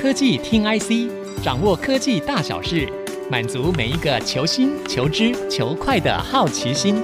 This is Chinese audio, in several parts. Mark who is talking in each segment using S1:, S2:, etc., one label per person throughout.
S1: 科技听 IC，掌握科技大小事，满足每一个求新、求知、求快的好奇心。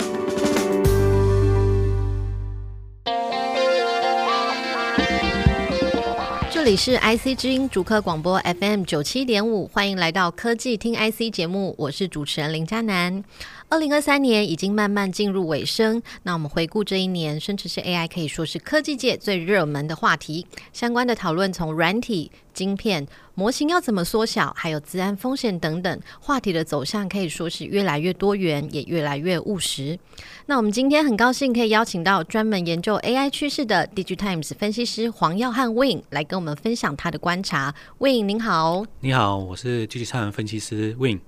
S2: 这里是 IC 之音主客广播 FM 九七点五，欢迎来到科技听 IC 节目，我是主持人林嘉楠。二零二三年已经慢慢进入尾声，那我们回顾这一年，生成式 AI 可以说是科技界最热门的话题。相关的讨论从软体、晶片、模型要怎么缩小，还有治安风险等等话题的走向，可以说是越来越多元，也越来越务实。那我们今天很高兴可以邀请到专门研究 AI 趋势的 DigiTimes 分析师黄耀汉 Win 来跟我们分享他的观察。Win 您好，
S3: 你好，我是具体上分析师 Win。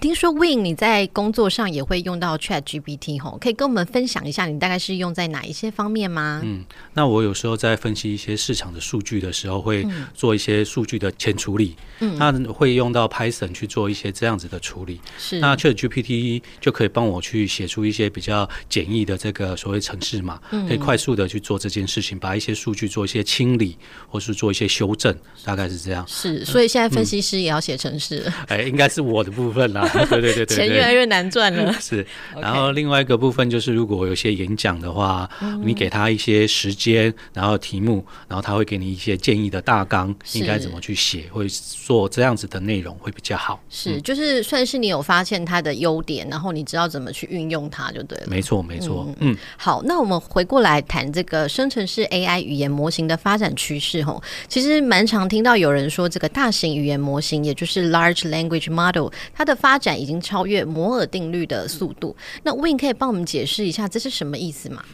S2: 听说 Win 你在工作上也会用到 Chat GPT 吼，可以跟我们分享一下你大概是用在哪一些方面吗？嗯，
S3: 那我有时候在分析一些市场的数据的时候，会做一些数据的前处理，嗯，那会用到 Python 去做一些这样子的处理。
S2: 是
S3: 那 Chat GPT 就可以帮我去写出一些比较简易的这个所谓程式码，可以快速的去做这件事情，把一些数据做一些清理，或是做一些修正，大概是 这样。
S2: 是，所以现在分析师也要写程式了，
S3: 哎，应该是我的部分啦，对对对对
S2: 钱越来
S3: 对。
S2: 越难赚了。
S3: 是，
S2: OK
S3: 然后另外一个部分就是，如果有些演讲的话，你给他一些时间，然后题目，然后他会给你一些建议的大纲，
S2: 是
S3: 应该怎么去写，会做这样子的内容会比较好。
S2: 是，就是算是你有发现它的优点，然后你知道怎么去运用它就对了。
S3: 没错，没错，嗯，
S2: 好，那我们回过来谈这个生成式 AI 语言模型的发展趋势吼。其实蛮常听到有人说，这个大型语言模型，也就是 large language model，它的发展已经超越摩尔定律的速度。那 Win 可以帮我们解释一下这是什么意思吗？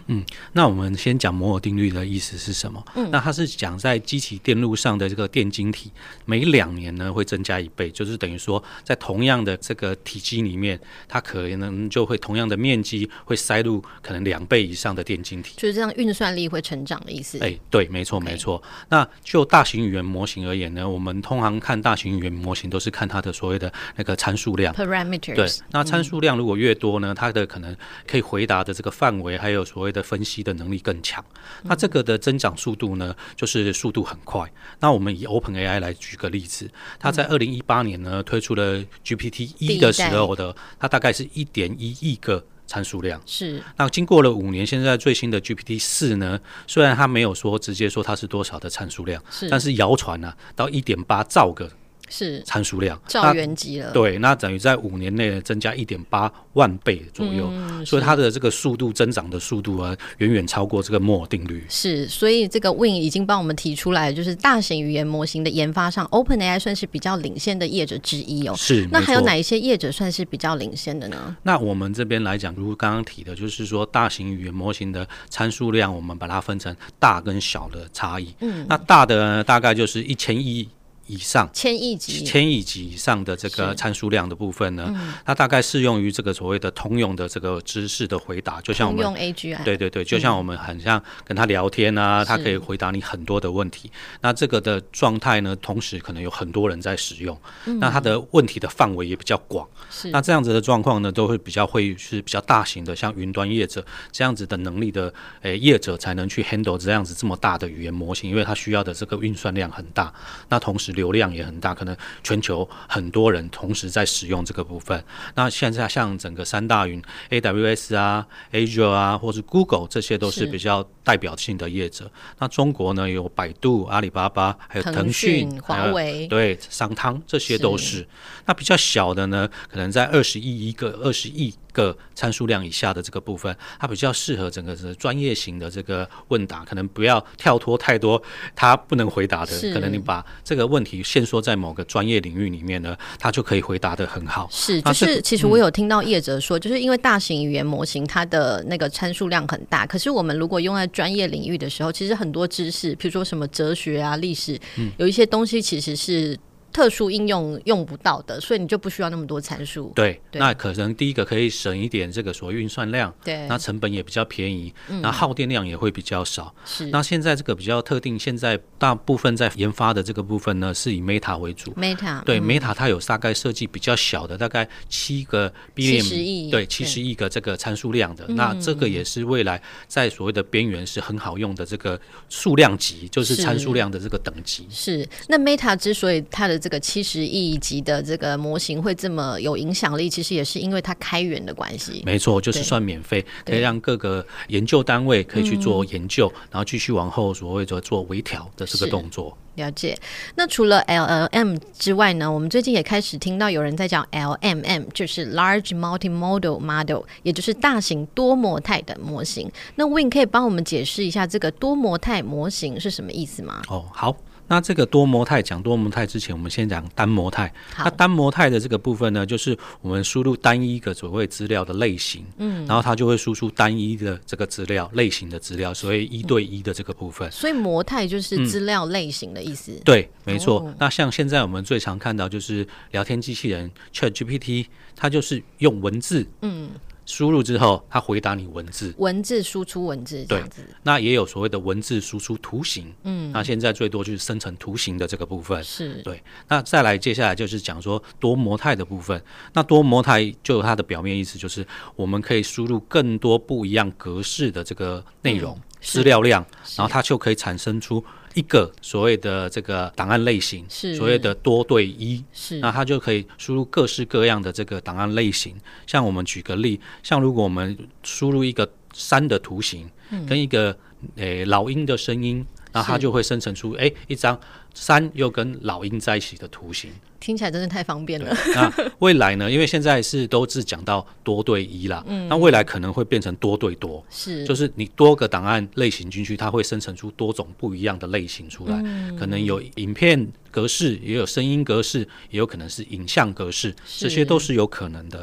S3: 那我们先讲摩尔定律的意思是什么？那它是讲在基体电路上的这个电晶体，每两年呢会增加一倍，就是等于说在同样的这个体积里面，它可能就会同样的面积会塞入可能两倍以上的电晶体。
S2: 就是这样运算力会成长的意思。
S3: 哎、对，没错，没错。那就大型语言模型而言呢，我们通常看大型语言模型都是看它的所谓的那个参数量。对
S2: Parameters，
S3: 那参数量如果越多呢，它的可能可以回答的这个范围，还有所谓的分析的能力更强。那
S2: 嗯
S3: 这个的增长速度呢，就是速度很快。那我们以 OpenAI 来举个例子，它在二零一八年呢推出了 GPT
S2: 嗯第一
S3: 一的时
S2: 代
S3: 候的，它大概是一点一亿个参数量。
S2: 是
S3: 那经过了五年，现在最新的 GPT 四呢，虽然它没有说直接说它是多少的参数量，
S2: 是
S3: 但是谣传啊，到一点八兆个
S2: 是
S3: 参数量，
S2: 兆元级了。
S3: 那对，那等于在五年内增加一点八万倍左右，
S2: 嗯
S3: 所以它的这个速度增长的速度啊，远远超过这个摩尔定律。
S2: 是，所以这个 Win 已经帮我们提出来，就是大型语言模型的研发上，OpenAI 算是比较领先的业者之一哦。
S3: 是，
S2: 那
S3: 没
S2: 还有
S3: 错
S2: 哪一些业者算是比较领先的呢？
S3: 那我们这边来讲，如刚刚提的，就是说大型语言模型的参数量，我们把它分成大跟小的差异。嗯，那大的呢，大概就是一千亿以上。
S2: 千亿级
S3: 千亿级以上的这个
S2: 是嗯
S3: 参数量的部分呢，它大概适用于这个所谓的通用的这个知识的回答，就像我
S2: 通
S3: 们
S2: 用嗯 AGI，
S3: 对对对，就像我们很像跟他聊天啊，他可以回答你很多的问题。那这个的状态呢，同时可能有很多人在使用，那他的问题的范围也比较广。
S2: 是
S3: 那这样子的状况呢，都会比较会是比较大型的，像云端业者这样子的能力的诶业者才能去 handle 这样子这么大的语言模型，因为它需要的这个运算量很大，那同时流量也很大，可能全球很多人同时在使用这个部分。那现在像整个三大云 AWS 啊、Azure 啊，或是 Google 这些都
S2: 是
S3: 是比较代表性的业者。那中国呢，有百度、阿里巴巴，还有
S2: 腾
S3: 腾
S2: 讯
S3: 讯、
S2: 华
S3: 还有
S2: 为
S3: 对商汤，这些都
S2: 是
S3: 是。那比较小的呢，可能在二十亿一个、二十亿个参数量以下的这个部分，它比较适合整个是专业型的这个问答，可能不要跳脱太多它不能回答的
S2: 是，
S3: 可能你把这个问题限缩在某个专业领域里面呢，它就可以回答的很好。
S2: 是，就
S3: 那这
S2: 是其实我有听到业者说，就是因为大型语言模型它的那个参数量很大，可是我们如果用在专业领域
S3: 嗯
S2: 的时候，其实很多知识，譬如说什么哲学啊、历史，有一些东西其实是。特殊应用用不到的，所以你就不需要那么多参数。
S3: 对，
S2: 对
S3: 那可能第一个可以省一点这个所谓运算量，
S2: 对，嗯
S3: 那成本也比较便宜，那耗电量也会比较少。
S2: 是
S3: 那现在这个比较特定，现在大部分在研发的这个部分呢，是以 Meta 为主。
S2: Meta
S3: 对、
S2: 嗯
S3: m e t a 它有大概设计比较小的，大概七个 B
S2: 70亿
S3: 对，
S2: 对嗯
S3: 七十亿个这个参数量的。那这个也是未来在所谓的边缘是很好用的这个数量级，就是
S2: 是
S3: 参数量的这个等级。
S2: 是，那 Meta 之所以它的这个七十亿级的这个模型会这么有影响力，其实也是因为它开源的关系。
S3: 没错，就是
S2: 对
S3: 算免费，
S2: 对嗯
S3: 可以让各个研究单位可以去做研究，然后继续往后所谓的做微调的这个
S2: 是
S3: 动作。
S2: 了解。那除了 LLM 之外呢，我们最近也开始听到有人在讲 LMM，就是 Large Multimodal Model，也就是大型多模态的模型。那 Win 可以帮我们解释一下这个多模态模型是什么意思吗？
S3: 哦，好。那这个多模态讲多模态之前，我们先讲单模态。
S2: 好
S3: 那单模态的这个部分呢，就是我们输入单一个所谓资料的类型，嗯，然后它就会输出单一的这个资料类型的资料，所以一对一的这个部分。
S2: 所以模态就是资料类型的意思。
S3: 嗯对，没错。
S2: 哦
S3: 那像现在我们最常看到就是聊天机器人 ChatGPT，它就是用文字，嗯，输入之后它回答你文字。
S2: 文字输出文字这样子，
S3: 那也有所谓的文字输出图形，嗯，那现在最多就是生成图形的这个部分。
S2: 是
S3: 对，那再来，接下来就是讲说多模态的部分。那多模态就有它的表面意思，就是我们可以输入更多不一样格式的这个内容、
S2: 嗯是
S3: 资料量，
S2: 是
S3: 然后它就可以产生出一个所谓的这个档案类型，
S2: 是
S3: 所谓的多对一。
S2: 是
S3: 那它就可以输入各式各样的这个档案类型。像我们举个例，像如果我们输入一个山的图形，跟一个诶、老鹰的声音，那它
S2: 是
S3: 就会生成出诶、一张山又跟老鹰在一起的图形。
S2: 听起来真的太方便了。
S3: 那未来呢？因为现在是都是讲到多对一啦，那未来可能会变成多对多。
S2: 是
S3: 就是你多个档案类型进去，它会生成出多种不一样的类型出来，
S2: 嗯
S3: 可能有影片格式，也有声音格式，也有可能是影像格式，
S2: 是
S3: 这些都是有可能的。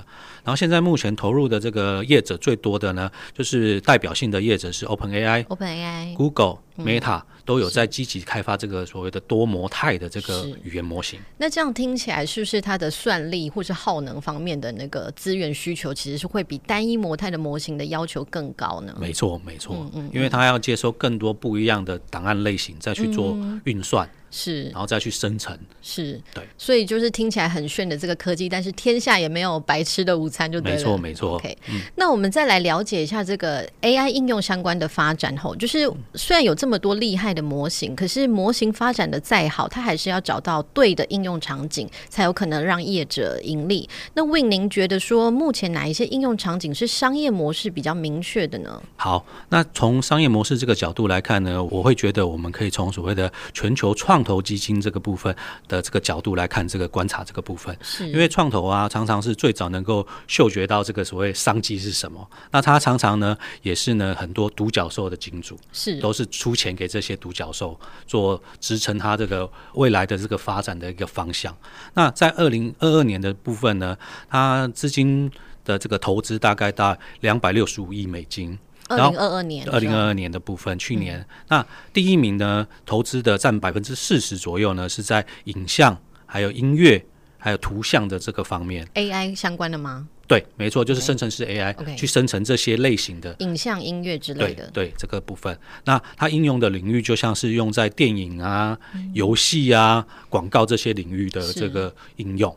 S3: 然后现在目前投入的这个业者最多的呢，就是代表性的业者是 OpenAI、
S2: OpenAI
S3: Google、Meta
S2: 嗯
S3: 都有在积极开发这个所谓的多模态的这个
S2: 是
S3: 语言模型。
S2: 那这样听起来，是不是它的算力或是耗能方面的那个资源需求，其实是会比单一模态的模型的要求更高呢？
S3: 没错，没错，
S2: 嗯
S3: 因为它要接收更多不一样的档案类型，再去做
S2: 嗯
S3: 运算，
S2: 是
S3: 然后再去生成。
S2: 是，
S3: 对，
S2: 所以就是听起来很炫的这个科技，但是天下也没有白吃的午餐，就对了。
S3: 没错，没错。
S2: OK，、那我们再来了解一下这个 AI 应用相关的发展后，就是
S3: 嗯
S2: 虽然有这么多厉害的模型，可是模型发展的再好，它还是要找到对的应用场景，才有可能让业者盈利。那 Win，您觉得说目前哪一些应用场景是商业模式比较明确的呢？
S3: 好，那从商业模式这个角度来看呢，我会觉得我们可以从所谓的全球创投基金这个部分的这个角度来看这个观察这个部分，
S2: 是
S3: 因为创投啊常常是最早能够嗅觉到这个所谓商机是什么，那它常常呢也是呢很多独角兽的金主，
S2: 是
S3: 都是出钱给这些独角兽做支撑它这个未来的这个发展的一个方向。那在二零二二年的部分呢，它资金的这个投资大概到两百六十五亿美金。
S2: 二
S3: 然后
S2: 零二二年的时候，
S3: 二零二二年的部分，去年、那第一名呢，投资的占百分之四十左右呢，是在影像、还有音乐、还有图像的这个方面。
S2: AI 相关的吗？
S3: 对，没错，就是生成式 AI、
S2: OK
S3: 去生成这些类型的
S2: 影像、音乐之类
S3: 对
S2: 的，
S3: 对，这个部分，那它应用的领域就像是用在电影啊、游戏啊、广告这些领域的
S2: 嗯是
S3: 这个应用。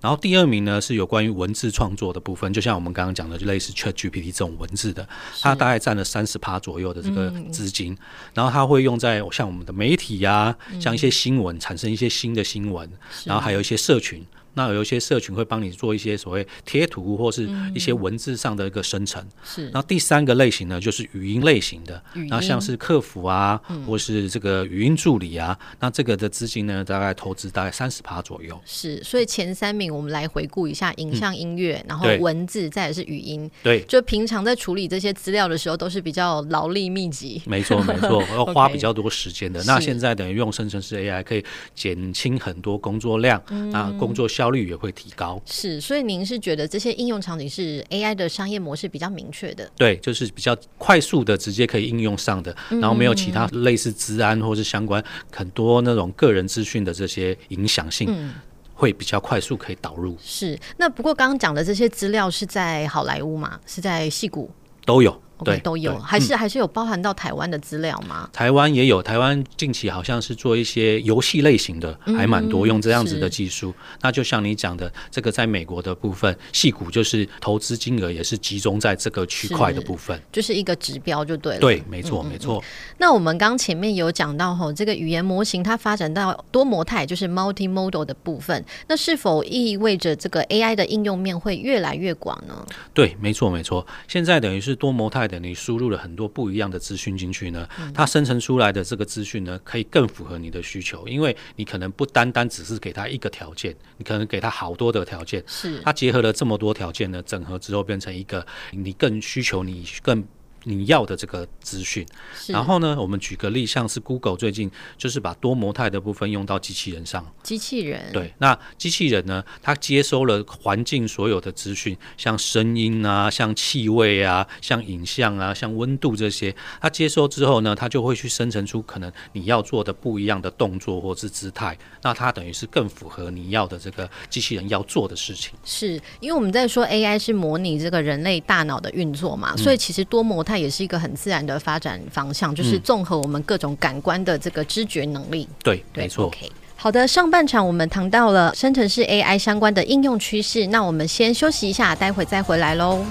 S3: 然后第二名呢是有关于文字创作的部分，就像我们刚刚讲的，就类似 ChatGPT 这种文字的，它大概占了三十趴左右的这个
S2: 嗯
S3: 资金。然后它会用在像我们的媒体呀、
S2: 嗯
S3: 像一些新闻产生一些新的新闻，然后还有一些社群。那有一些社群会帮你做一些所谓贴图或是
S2: 嗯
S3: 一些文字上的一个生成，
S2: 是
S3: 然后第三个类型呢，就是语音类型的，
S2: 语音嗯
S3: 然后像是客服啊，或是这个语音助理啊，那这个的资金呢，大概投资大概三十趴左右。
S2: 是。所以前三名我们来回顾一下：影像、音乐，然后
S3: 嗯对
S2: 文字，再来是语音。
S3: 对，
S2: 就平常在处理这些资料的时候，都是比较劳力密集。
S3: 没 错没错，要花
S2: OK
S3: 比较多时间的。那
S2: 是嗯
S3: 现在等于用生成式 AI 可以减轻很多工作量，那工作效效率也会提高。
S2: 是，所以您是觉得这些应用场景是 AI 的商业模式比较明确的？
S3: 对，就是比较快速的，直接可以应用上的，
S2: 嗯
S3: 然后没有其他类似治安或是相关很多那种个人资讯的这些影响性，
S2: 嗯
S3: 会比较快速可以导入，
S2: 是。那不过刚刚讲的这些资料是在好莱坞嘛？是在戏谷
S3: 都有。
S2: ？OK，
S3: 对，
S2: 都有，
S3: 对嗯
S2: 还是、还是有包含到台湾的资料吗？
S3: 台湾也有，台湾近期好像是做一些游戏类型的，还蛮多用这样子的技术。那就像你讲的，这个在美国的部分，戏股就是投资金额也是集中在这个区块的部分。
S2: 就是一嗯个指标就对了。
S3: 对，没错，没错，
S2: 那我们刚前面有讲到吼，这个语言模型它发展到多模态，就是 multimodal 的部分，那是否意味着这个 AI 的应用面会越来越广呢？
S3: 对，没错，没错。现在等于是多模态的，你输入了很多不一样的资讯进去呢，它生成出来的这个资讯呢，可以更符合你的需求，因为你可能不单单只是给它一个条件，你可能给它好多的条件，
S2: 是
S3: 它结合了这么多条件呢，整合之后变成一个你更需求你更。你要的这个资讯，
S2: 是，
S3: 然后呢，我们举个例，像是 Google 最近就是把多模态的部分用到机器人上。
S2: 机器人
S3: 对，那机器人呢，它接收了环境所有的资讯，像声音啊，像气味啊，像影像啊，像温度这些，它接收之后呢，它就会去生成出可能你要做的不一样的动作或是姿态，那它等于是更符合你要的这个机器人要做的事情。
S2: 是因为我们在说 AI 是模拟这个人类大脑的运作嘛，所以其实多模态也是一个很自然的发展方向，就是综合我们各种感官的这个知觉能力。
S3: 对，
S2: 对
S3: 没错。
S2: OK 好的，上半场我们谈到了生成式 AI 相关的应用趋势，那我们先休息一下，待会再回来喽。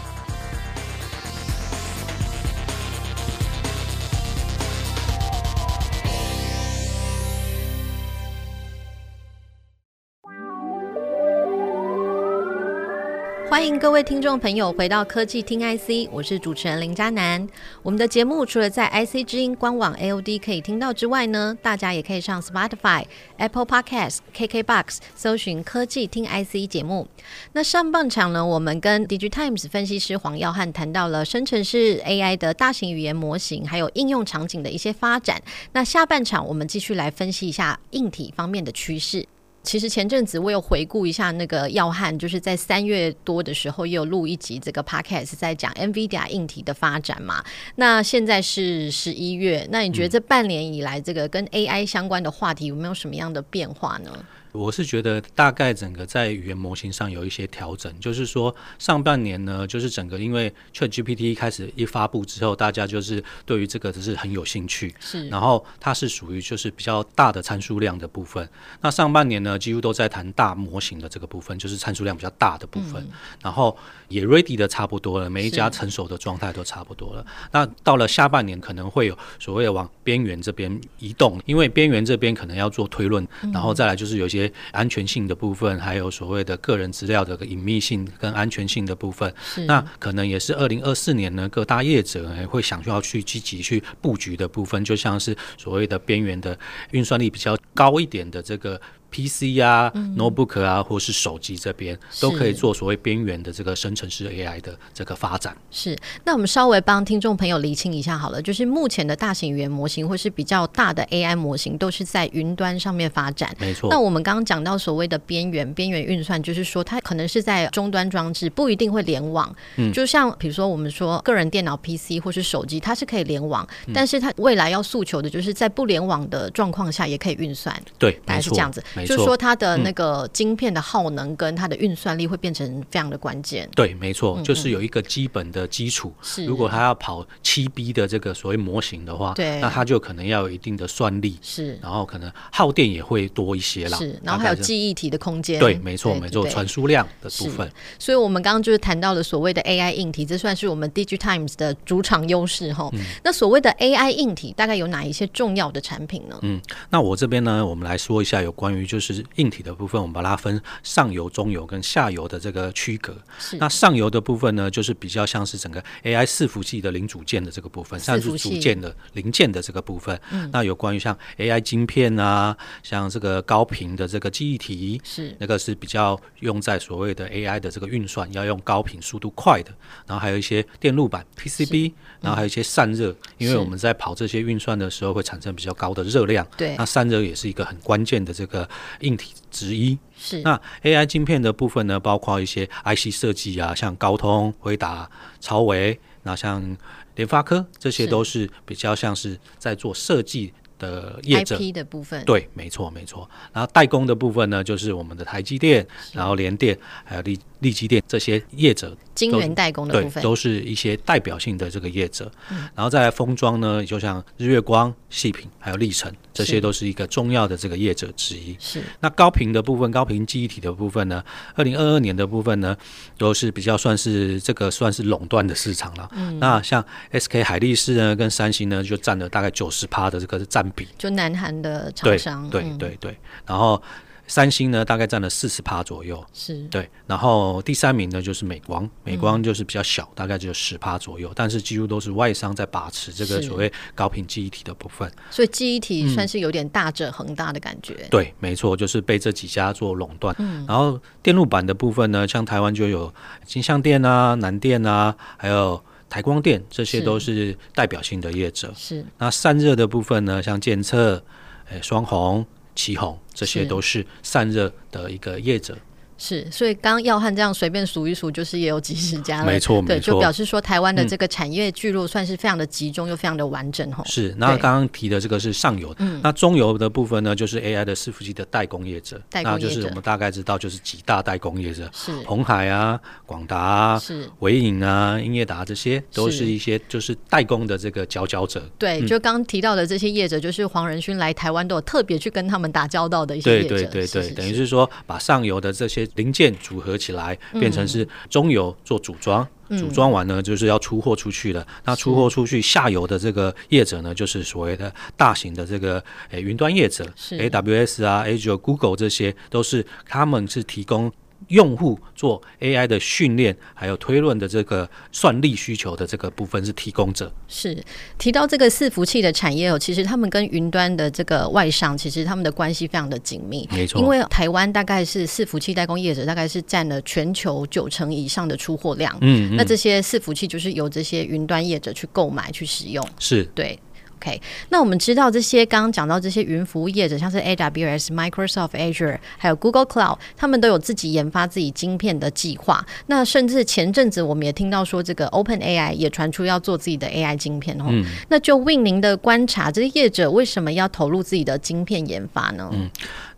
S2: 欢迎各位听众朋友回到科技听 IC，我是主持人林嘉楠。我们的节目除了在 IC 之音官网 AOD 可以听到之外呢，大家也可以上 Spotify、Apple Podcast、KKBox 搜寻科技听 IC 节目。那上半场呢，我们跟 DigiTimes 分析师黄耀汉谈到了生成式 AI 的大型语言模型，还有应用场景的一些发展。那下半场我们继续来分析一下硬体方面的趋势。其实前阵子我有回顾一下那个耀汉，就是在三月多的时候也有录一集这个 podcast，在讲 NVIDIA 硬体的发展嘛。那现在是十一月，那你
S3: 嗯
S2: 觉得这半年以来，这个跟 AI 相关的话题有没有什么样的变化呢？
S3: 我是觉得大概整个在语言模型上有一些调整，就是说上半年呢，就是整个因为 ChatGPT 开始一发布之后，大家就是对于这个只是很有兴趣，
S2: 是
S3: 然后它是属于就是比较大的参数量的部分。那上半年呢，几乎都在谈大模型的这个部分，就是参数量比较大的部分，然后也 ready 的差不多了，每一家
S2: 嗯是
S3: 成熟的状态都差不多了。那到了下半年，可能会有所谓的往边缘这边移动，因为边缘这边可能要做推论，
S2: 嗯
S3: 然后再来就是有一些安全性的部分，还有所谓的个人资料的隐秘性跟安全性的部分。
S2: 是
S3: 那可能也是二零二四年呢，各大业者呢会想要去积极去布局的部分，就像是所谓的边缘的运算力比较高一点的这个 PC 啊、notebook 啊，或是手机这边都可以
S2: 嗯是
S3: 做所谓边缘的这个生成式 AI 的这个发展。
S2: 是，那我们稍微帮听众朋友厘清一下好了，就是目前的大型语言模型或是比较大的 AI 模型，都是在云端上面发展。
S3: 没
S2: 那
S3: 错，
S2: 我们刚刚讲到所谓的边缘边缘运算，就是说它可能是在终端装置，不一定会联网。嗯，就像比如说我们说个人电脑、PC 或是手机，它是可以联网，
S3: 嗯
S2: 但是它未来要诉求的就是在不联网的状况下也可以运算，
S3: 对，
S2: 大
S3: 没
S2: 概是
S3: 错，
S2: 这样子。
S3: 没
S2: 就是
S3: 错嗯
S2: 说。它的那个晶片的耗能跟它的运算力会变成非常的关键。
S3: 对，没错，就是有一个基本的基础。
S2: 嗯是
S3: 如果它要跑七 B 的这个所谓模型的话，
S2: 对
S3: 那它就可能要有一定的算力，
S2: 是
S3: 然后可能耗电也会多一些啦。
S2: 是，然后还
S3: 大
S2: 有
S3: 概是
S2: 记忆体的空间。
S3: 对，没错，没错，
S2: 对
S3: 传输量的
S2: 是
S3: 部分，
S2: 所以，我们刚刚就是谈到了所谓的 AI 硬体，这算是我们 DigiTimes 的主场优势哈。
S3: 嗯
S2: 那所谓的 AI 硬体，大概有哪一些重要的产品呢？
S3: 嗯，那我这边呢，我们来说一下有关于就是硬体的部分，我们把它分上游、中游跟下游的这个区隔。
S2: 是
S3: 那上游的部分呢，就是比较像是整个 AI 伺服器的零组件的这个部分，像
S2: 伺服
S3: 是
S2: 器嗯
S3: 组件的零件的这个部分。那有关于像 AI 晶片啊，像这个高频的这个记忆体，
S2: 是
S3: 那个是比较用在所谓的 AI 的这个运算，要用高频速度快的，然后还有一些电路板 PCB，、
S2: 嗯
S3: 然后还有一些散热，因为我们在跑这些运算的时候会产生比较高的热量，
S2: 对
S3: 那散热也是一个很关键的这个硬体之一。
S2: 是
S3: 那 AI 晶片的部分呢，包括一些 IC 设计啊，像高通、辉达、超维，那像联发科，这些
S2: 是
S3: 都是比较像是在做设计的业者。
S2: IP 的部分，
S3: 对，没错，没错。然后代工的部分呢，就是我们的台积电，然后联电，还有力力积电这些业者
S2: 晶
S3: 都
S2: 圆代工的
S3: 对
S2: 部，分，嗯
S3: 都是一些代表性的这个业者。然后再来封装呢，就像日月光、细品还有历成，这
S2: 是
S3: 些都是一个重要的这个业者之一。
S2: 是
S3: 那高频的部分，高频记忆体的部分呢，二零二二年的部分呢，都是比较算是这个算是垄断的市场了。
S2: 嗯
S3: 那像 SK 海力士呢，跟三星呢，就占了大概九十趴的这个占比。
S2: 就南韩的
S3: 对
S2: 厂商，
S3: 对
S2: 嗯
S3: 对对，然后三星呢，大概占了四十趴左右。
S2: 是
S3: 对，然后第三名呢就是美光，美光
S2: 嗯
S3: 就是比较小，大概只有十趴左右，但是几乎都是外商在把持这个
S2: 是
S3: 所谓高频记忆体的部分。
S2: 所以记忆体
S3: 嗯
S2: 算是有点大者恒大的感觉，
S3: 对，没错，就是被这几家做垄断。
S2: 嗯
S3: 然后电路板的部分呢，像台湾就有金像电啊、南电啊，还有台光电，这些
S2: 是
S3: 都是代表性的业者。
S2: 是
S3: 那散热的部分呢，像建测、诶双红、旗红，这些
S2: 是
S3: 都是散热的一个业者。
S2: 是，所以刚刚耀汉这样随便数一数，就是也有几十家了，
S3: 没错
S2: 呃对，
S3: 没
S2: 就
S3: 错
S2: 表示说台湾的这个产业聚落算是非常的集中又非常的完整吼。
S3: 是，那刚刚提的这个是上游，
S2: 嗯
S3: 那中游的部分呢，就是 AI 的伺服器的代工业者，
S2: 代工
S3: 那就
S2: 业
S3: 是
S2: 者
S3: 我们大概知道就是几大代工业者，
S2: 是
S3: 红海啊、广达啊、
S2: 是，
S3: 维影啊、英业达这些都
S2: 是
S3: 是一些就是代工的这个佼佼者。
S2: 对，就刚提到的这些业者，就是黄仁勋来台湾都有特别去跟他们打交道的一些
S3: 对
S2: 业者，
S3: 对对
S2: 是
S3: 对，
S2: 是
S3: 等于
S2: 是
S3: 是说把上游的这些零件组合起来，
S2: 嗯
S3: 变成是中游做组装，组装完呢就是要出货出去了。那出货出去，下游的这个业者呢，就是所谓的大型的这个诶云端业者
S2: 是
S3: ，AWS 啊、Azure、Google 这些都是他们是提供。用户做 AI 的训练，还有推论的这个算力需求的这个部分是提供者，
S2: 是提到这个伺服器的产业哦，其实他们跟云端的这个外商，其实他们的关系非常的紧密。
S3: 没错
S2: 因为台湾大概是伺服器代工业者，大概是占了全球九成以上的出货量。
S3: 嗯，
S2: 那这些伺服器就是由这些云端业者去购买、去使用。
S3: 是
S2: 对，OK。那我们知道这些刚刚讲到这些云服务业者，像是 AWS、Microsoft Azure，还有 Google Cloud，他们都有自己研发自己晶片的计划。那甚至前阵子我们也听到说，这个 Open AI 也传出要做自己的 AI 晶片哦。
S3: 嗯
S2: 那就 Win 您的观察，这些业者为什么要投入自己的晶片研发呢？
S3: 嗯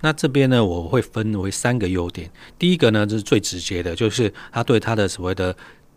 S3: 那这边呢，我会分为三个优点。第一个呢，就是最直接的，就是它对它的所谓的。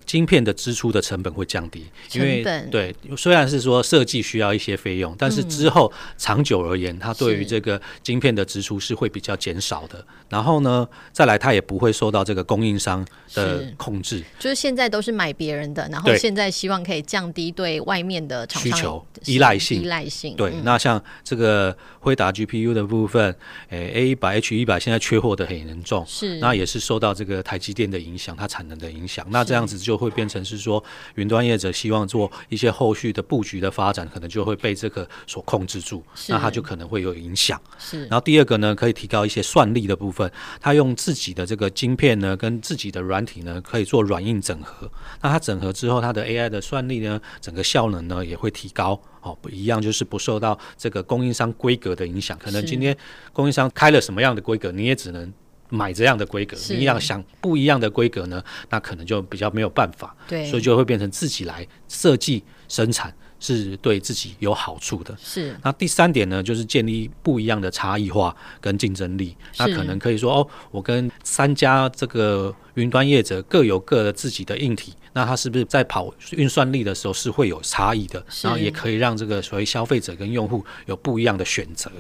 S3: 晶片的支出的成本会降低，因为
S2: 成本
S3: 对，虽然是说设计需要一些费用，但是之后长久而言，它对于这个晶片的支出是会比较减少的。然后呢，再来它也不会受到这个供应商的
S2: 是
S3: 控制
S2: 就是现在都是买别人的，然后
S3: 对
S2: 现在希望可以降低对外面的厂
S3: 需
S2: 商
S3: 求
S2: 是
S3: 依赖性
S2: 依，赖性
S3: 对，
S2: 嗯
S3: 那像这个辉达 GPU 的部分，诶 A 一百 H 一百现在缺货的很严重，
S2: 是
S3: 那也是受到这个台积电的影响，它产能的影响。那这样子就会变成是说，云端业者希望做一些后续的布局的发展，可能就会被这个所控制住，
S2: 是
S3: 那它就可能会有影响。
S2: 是
S3: 然后第二个呢，可以提高一些算力的部分，它用自己的这个晶片呢，跟自己的软体呢，可以做软硬整合。那它整合之后，它的 AI 的算力呢，整个效能呢也会提高。哦，不一样，就是不受到这个供应商规格的影响。可能
S2: 是
S3: 今天供应商开了什么样的规格，你也只能买这样的规格。
S2: 是
S3: 你要想不一样的规格呢，那可能就比较没有办法。
S2: 对
S3: 所以就会变成自己来设计生产，是对自己有好处的。
S2: 是
S3: 那第三点呢，就是建立不一样的差异化跟竞争力。
S2: 是
S3: 那可能可以说，哦，我跟三家这个云端业者各有各的自己的硬体，那它是不是在跑运算力的时候是会有差异的？
S2: 是
S3: 然后也可以让这个所谓消费者跟用户有不一样的选择。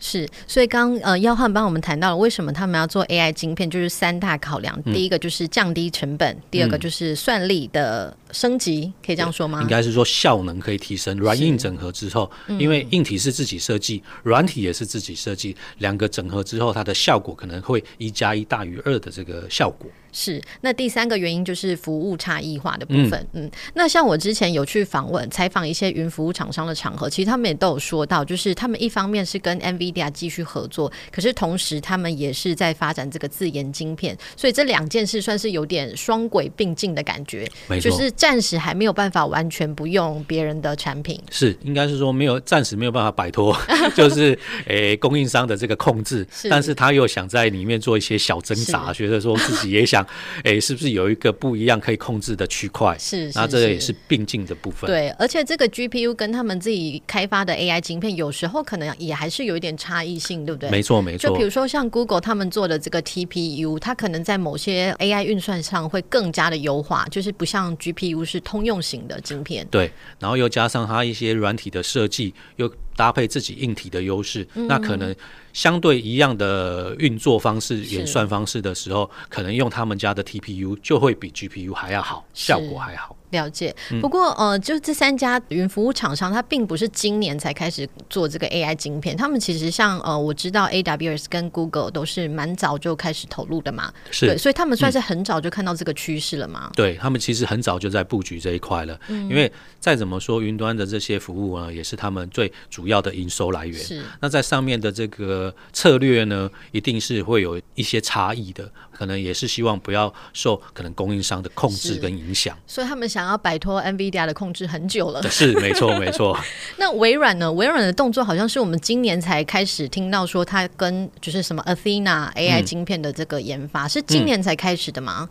S2: 是，所以刚呃，耀汉帮我们谈到了为什么他们要做 AI 晶片，就是三大考量。
S3: 嗯
S2: 第一个就是降低成本，第二个就是算力的升级，可以这样说吗
S3: 应？该是说效能可以提升，软硬整合之后，
S2: 嗯
S3: 因为硬体是自己设计，软体也是自己设计，两个整合之后，它的效果可能会一加一大于二的这个效果。
S2: 是，那第三个原因就是服务差异化的部
S3: 嗯
S2: 分。嗯那像我之前有去访问采访一些云服务厂商的场合，其实他们也都有说到，就是他们一方面是跟 NVIDIA 继续合作，可是同时他们也是在发展这个自研晶片，所以这两件事算是有点双轨并进的感觉，
S3: 没错，
S2: 就是暂时还没有办法完全不用别人的产品。
S3: 是，应该是说没有，暂时没有办法摆脱， 就是诶、供应商的这个控制，
S2: 是
S3: 但是他又想在里面做一些小挣扎，
S2: 是
S3: 觉得说自己也想，诶、是不是有一个不一样可以控制的区块？
S2: 是，
S3: 那这个也是并进的部分。
S2: 对，而且这个 GPU 跟他们自己开发的 AI 晶片，有时候可能也还是有一点差异性，对不对？
S3: 没错，没
S2: 就
S3: 错
S2: 比，如说像 Google 他们做的这个 TPU，它可能在某些 AI 运算上会更加的优化，就是不像 GPU 是通用型的晶片。
S3: 对。然后又加上它一些软体的设计，又搭配自己硬体的优势，
S2: 嗯
S3: 那可能相对一样的运作方式、演
S2: 是
S3: 算方式的时候，可能用他们家的 TPU 就会比 GPU 还要好，效
S2: 是
S3: 果还好。
S2: 了解。
S3: 嗯
S2: 不过呃，就这三家云服务厂商，它并不是今年才开始做这个 AI 晶片，他们其实像呃，我知道 AWS 跟 Google 都是蛮早就开始投入的嘛，
S3: 是嗯
S2: 对，所以他们算是很早就看到这个趋势了嘛。
S3: 对他们其实很早就在布局这一块了，
S2: 嗯
S3: 因为再怎么说，云端的这些服务呢，也是他们最主要的营收来源。
S2: 是
S3: 那在上面的这个策略呢，一定是会有一些差异的，可能也是希望不要受可能供应商的控制
S2: 是
S3: 跟影响。
S2: 所以他们想要摆脱 NVIDIA 的控制很久了。
S3: 是，没错，没 错，
S2: 那微软呢？微软的动作好像是我们今年才开始听到说它跟就是什么 Athena AI
S3: 嗯
S2: 晶片的这个研发、是今年才开始的吗？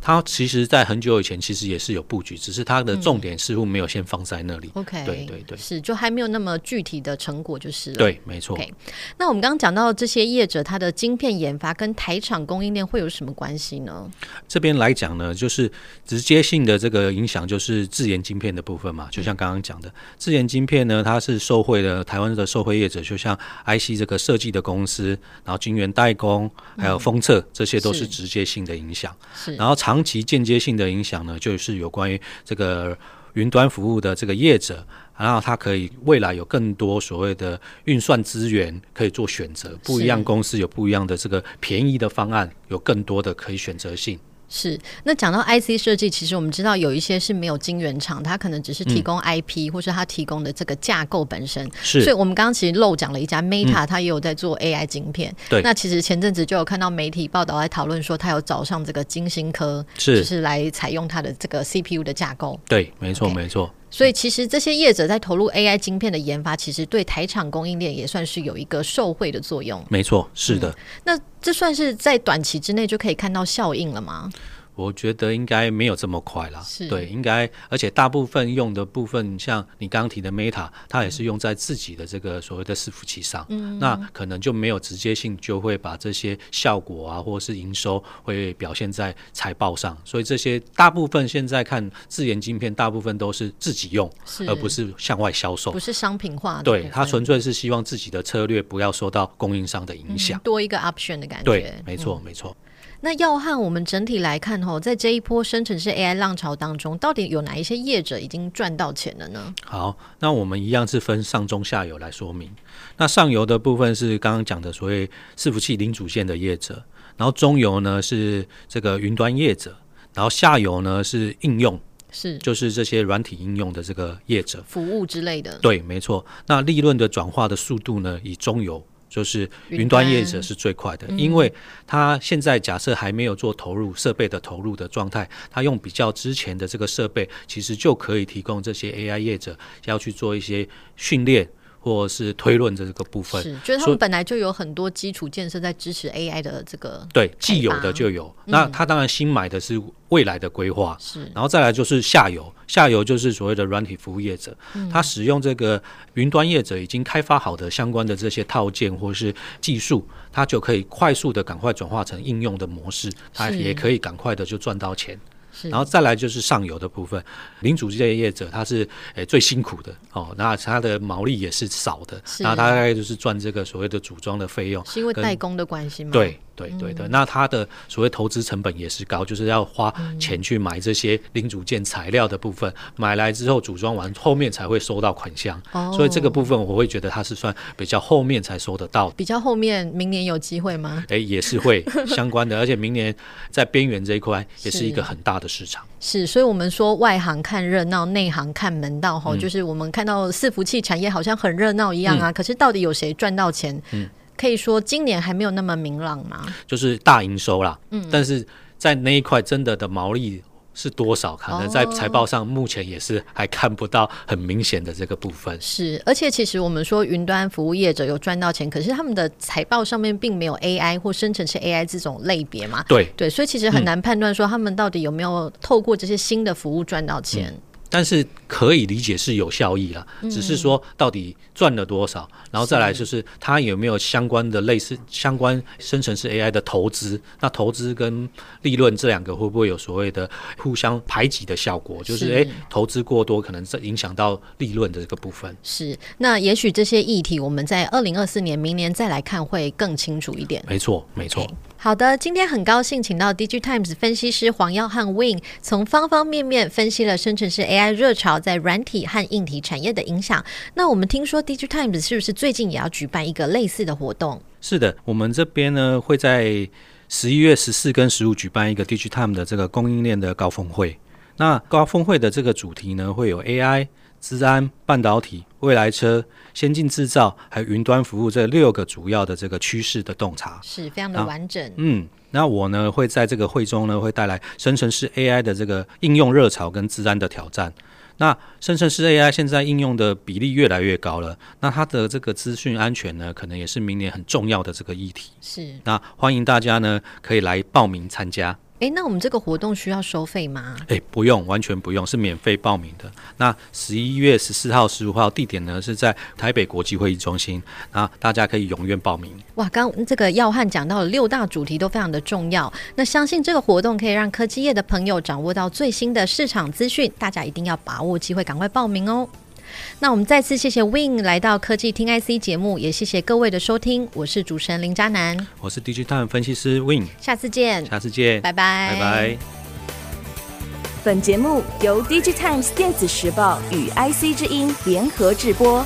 S3: 它其实，在很久以前其实也是有布局，只是它的重点似乎没有先放在那里。
S2: 嗯 OK，
S3: 对对对
S2: 是就还没有那么具体的成果就是了。，
S3: 对，没错。
S2: OK 那我们刚刚讲到这些业者，它的晶片研发跟台厂供应链会有什么关系呢？
S3: 这边来讲呢，就是直接性的这个影响，就是自研晶片的部分
S2: 嗯
S3: 嘛。就像刚刚讲的，自研晶片呢，它是受惠的台湾的受惠业者，就像 IC 这个设计的公司，然后晶圆代工，还有封测，这些都
S2: 嗯是
S3: 是直接性的影响。
S2: 是
S3: 然后长期间接性的影响呢，就是有关于这个云端服务的这个业者，然后它可以未来有更多所谓的运算资源可以做选择，不一样公司有不一样的这个便宜的方案，有更多的可以选择性。
S2: 是，那讲到 IC 设计，其实我们知道有一些是没有晶圆厂，它可能只是提供 IP、或是它提供的这个架构本身。
S3: 是嗯
S2: 所以我们刚刚其实漏讲了一家 Meta，、它也有在做 AI 晶片。
S3: 对
S2: 那其实前阵子就有看到媒体报道在讨论说，它有找上这个金星科，
S3: 是
S2: 就是来采用它的这个 CPU 的架构。
S3: 对，没错
S2: OK 嗯
S3: 没错，
S2: 所以其实这些业者在投入 AI 晶片的研发，其实对台厂供应链也算是有一个受惠的作用。
S3: 没错，是的。
S2: 那这算是在短期之内就可以看到效应了吗？
S3: 我觉得应该没有这么快啦
S2: 是，
S3: 对，应该，而且大部分用的部分，像你刚刚提的 Meta，它也是用在自己的这个所谓的伺服器上，
S2: 嗯
S3: 那可能就没有直接性，就会把这些效果啊，或是营收会表现在财报上，所以这些大部分现在看自研晶片，大部分都是自己用，
S2: 是
S3: 呃而不是向外销售
S2: 不，是商品化的部分？
S3: 对，它纯粹是希望自己的策略不要受到供应商的影响，
S2: 嗯多一个 option 的感觉。嗯
S3: 对，没错，没错。
S2: 那要和我们整体来看吼，在这一波生成式 AI 浪潮当中，到底有哪一些业者已经赚到钱了呢？
S3: 好，那我们一样是分上中下游来说明。那上游的部分是刚刚讲的所谓伺服器零组件的业者，然后中游呢是这个云端业者，然后下游呢是应用，
S2: 是
S3: 就是这些软体应用的这个业者。
S2: 服务之类的。
S3: 对，没错。那利润的转化的速度呢，以中游。就是
S2: 云
S3: 云
S2: 端
S3: 端业者是最快的，因为它现在假设还没有做投入设备的投入的状态，它用比较之前的这个设备，其实就可以提供这些 AI 业者要去做一些训练或是推论的这个部分。
S2: 是，就是他
S3: 所
S2: 们
S3: 以
S2: 本来就有很多基础建设在支持 AI 的这个
S3: 对，既有
S2: 开发嗯
S3: 的就有。那它当然新买的是未来的规划，
S2: 是
S3: 然后再来就是下游，下游就是所谓的软体服务业者，
S2: 嗯
S3: 他使用这个云端业者已经开发好的相关的这些套件或是技术，它就可以快速的赶快转化成应用的模式，它
S2: 是
S3: 也可以赶快的就赚到钱。
S2: 是
S3: 然后再来就是上游的部分，零组件业者他是诶、最辛苦的哦，那他的毛利也是少的，
S2: 是
S3: 那他大概就是赚这个所谓的组装的费用，
S2: 是因为
S3: 跟
S2: 代工的关系吗？
S3: 对，对对
S2: 嗯
S3: 的，那它的所谓投资成本也是高，就是要花钱去买这些零组件材料的部分，买来之后组装完，后面才会收到款项。
S2: 哦
S3: 所以这个部分我会觉得它是算比较后面才收得到的。
S2: 比较后面明年有机会吗？
S3: 哎，也是会相关的，而且明年在边缘这一块也是一
S2: 是
S3: 个很大的 市场。
S2: 是，所以我们说外行看热闹，内行看门道
S3: 嗯
S2: 哈、就是我们看到伺服器产业好像很热闹一样啊，可是到底有谁赚到钱？
S3: 嗯
S2: 可以说今年还没有那么明朗嘛。
S3: 就是大营收啦，
S2: 嗯
S3: 但是在那一块真的的毛利是多少，可能在
S2: 哦
S3: 财报上目前也是还看不到很明显的这个部分。
S2: 是，而且其实我们说云端服务业者有赚到钱，可是他们的财报上面并没有 AI 或生成式 AI 这种类别嘛。
S3: 对，
S2: 对，所以其实很难判断说他们到底有没有透过这些新的服务赚到钱。
S3: 但是可以理解是有效益啦，只是说到底赚了多少，然后再来嗯就是它有没有相关的类似相关生成式 AI 的投资，那投资跟利润这两个会不会有所谓的互相排挤的效果？就是
S2: 是
S3: 诶、投资过多可能这影响到利润的这个部分。
S2: 是，那也许这些议题我们在二零二四年明年再来看会更清楚一点。
S3: 没错，没错。
S2: 好的，今天很高兴请到 DigiTimes 分析师黄耀汉 Win，从方方面面分析了生成式 AI 热潮在软体和硬体产业的影响。那我们听说 DigiTimes 是不是最近也要举办一个类似的活动？
S3: 是的，我们这边呢会在十一月十四跟十五举办一个 Digitime 的这个供应链的高峰会。那高峰会的这个主题呢，会有 AI、治安、半导体、未来车、先进制造，还有云端服务这六个主要的这个趋势的洞察。
S2: 是非常的
S3: 啊
S2: 完整。
S3: 嗯，那我呢会在这个会中呢会带来生成式 AI 的这个应用热潮跟治安的挑战。那生成式 AI 现在应用的比例越来越高了，那它的这个资讯安全呢，可能也是明年很重要的这个议题。
S2: 是，
S3: 那欢迎大家呢可以来报名参加。
S2: 诶，那我们这个活动需要收费吗？
S3: 哎，不用，完全不用，是免费报名的。那十一月十四号、十五号地点呢是在台北国际会议中心，那大家可以踊跃报名。
S2: 哇，刚这个耀汉讲到了六大主题都非常的重要，那相信这个活动可以让科技业的朋友掌握到最新的市场资讯，大家一定要把握机会，赶快报名哦。那我们再次谢谢 Win 来到科技听 IC 节目，也谢谢各位的收听，我是主持人林佳楠，
S3: 我是 Digital 分析师 Win，
S2: 下次见，
S3: 下次见，
S2: 拜拜，
S3: 拜拜
S4: 本节目由 DigiTimes 电子时报与 IC 之音联合制播。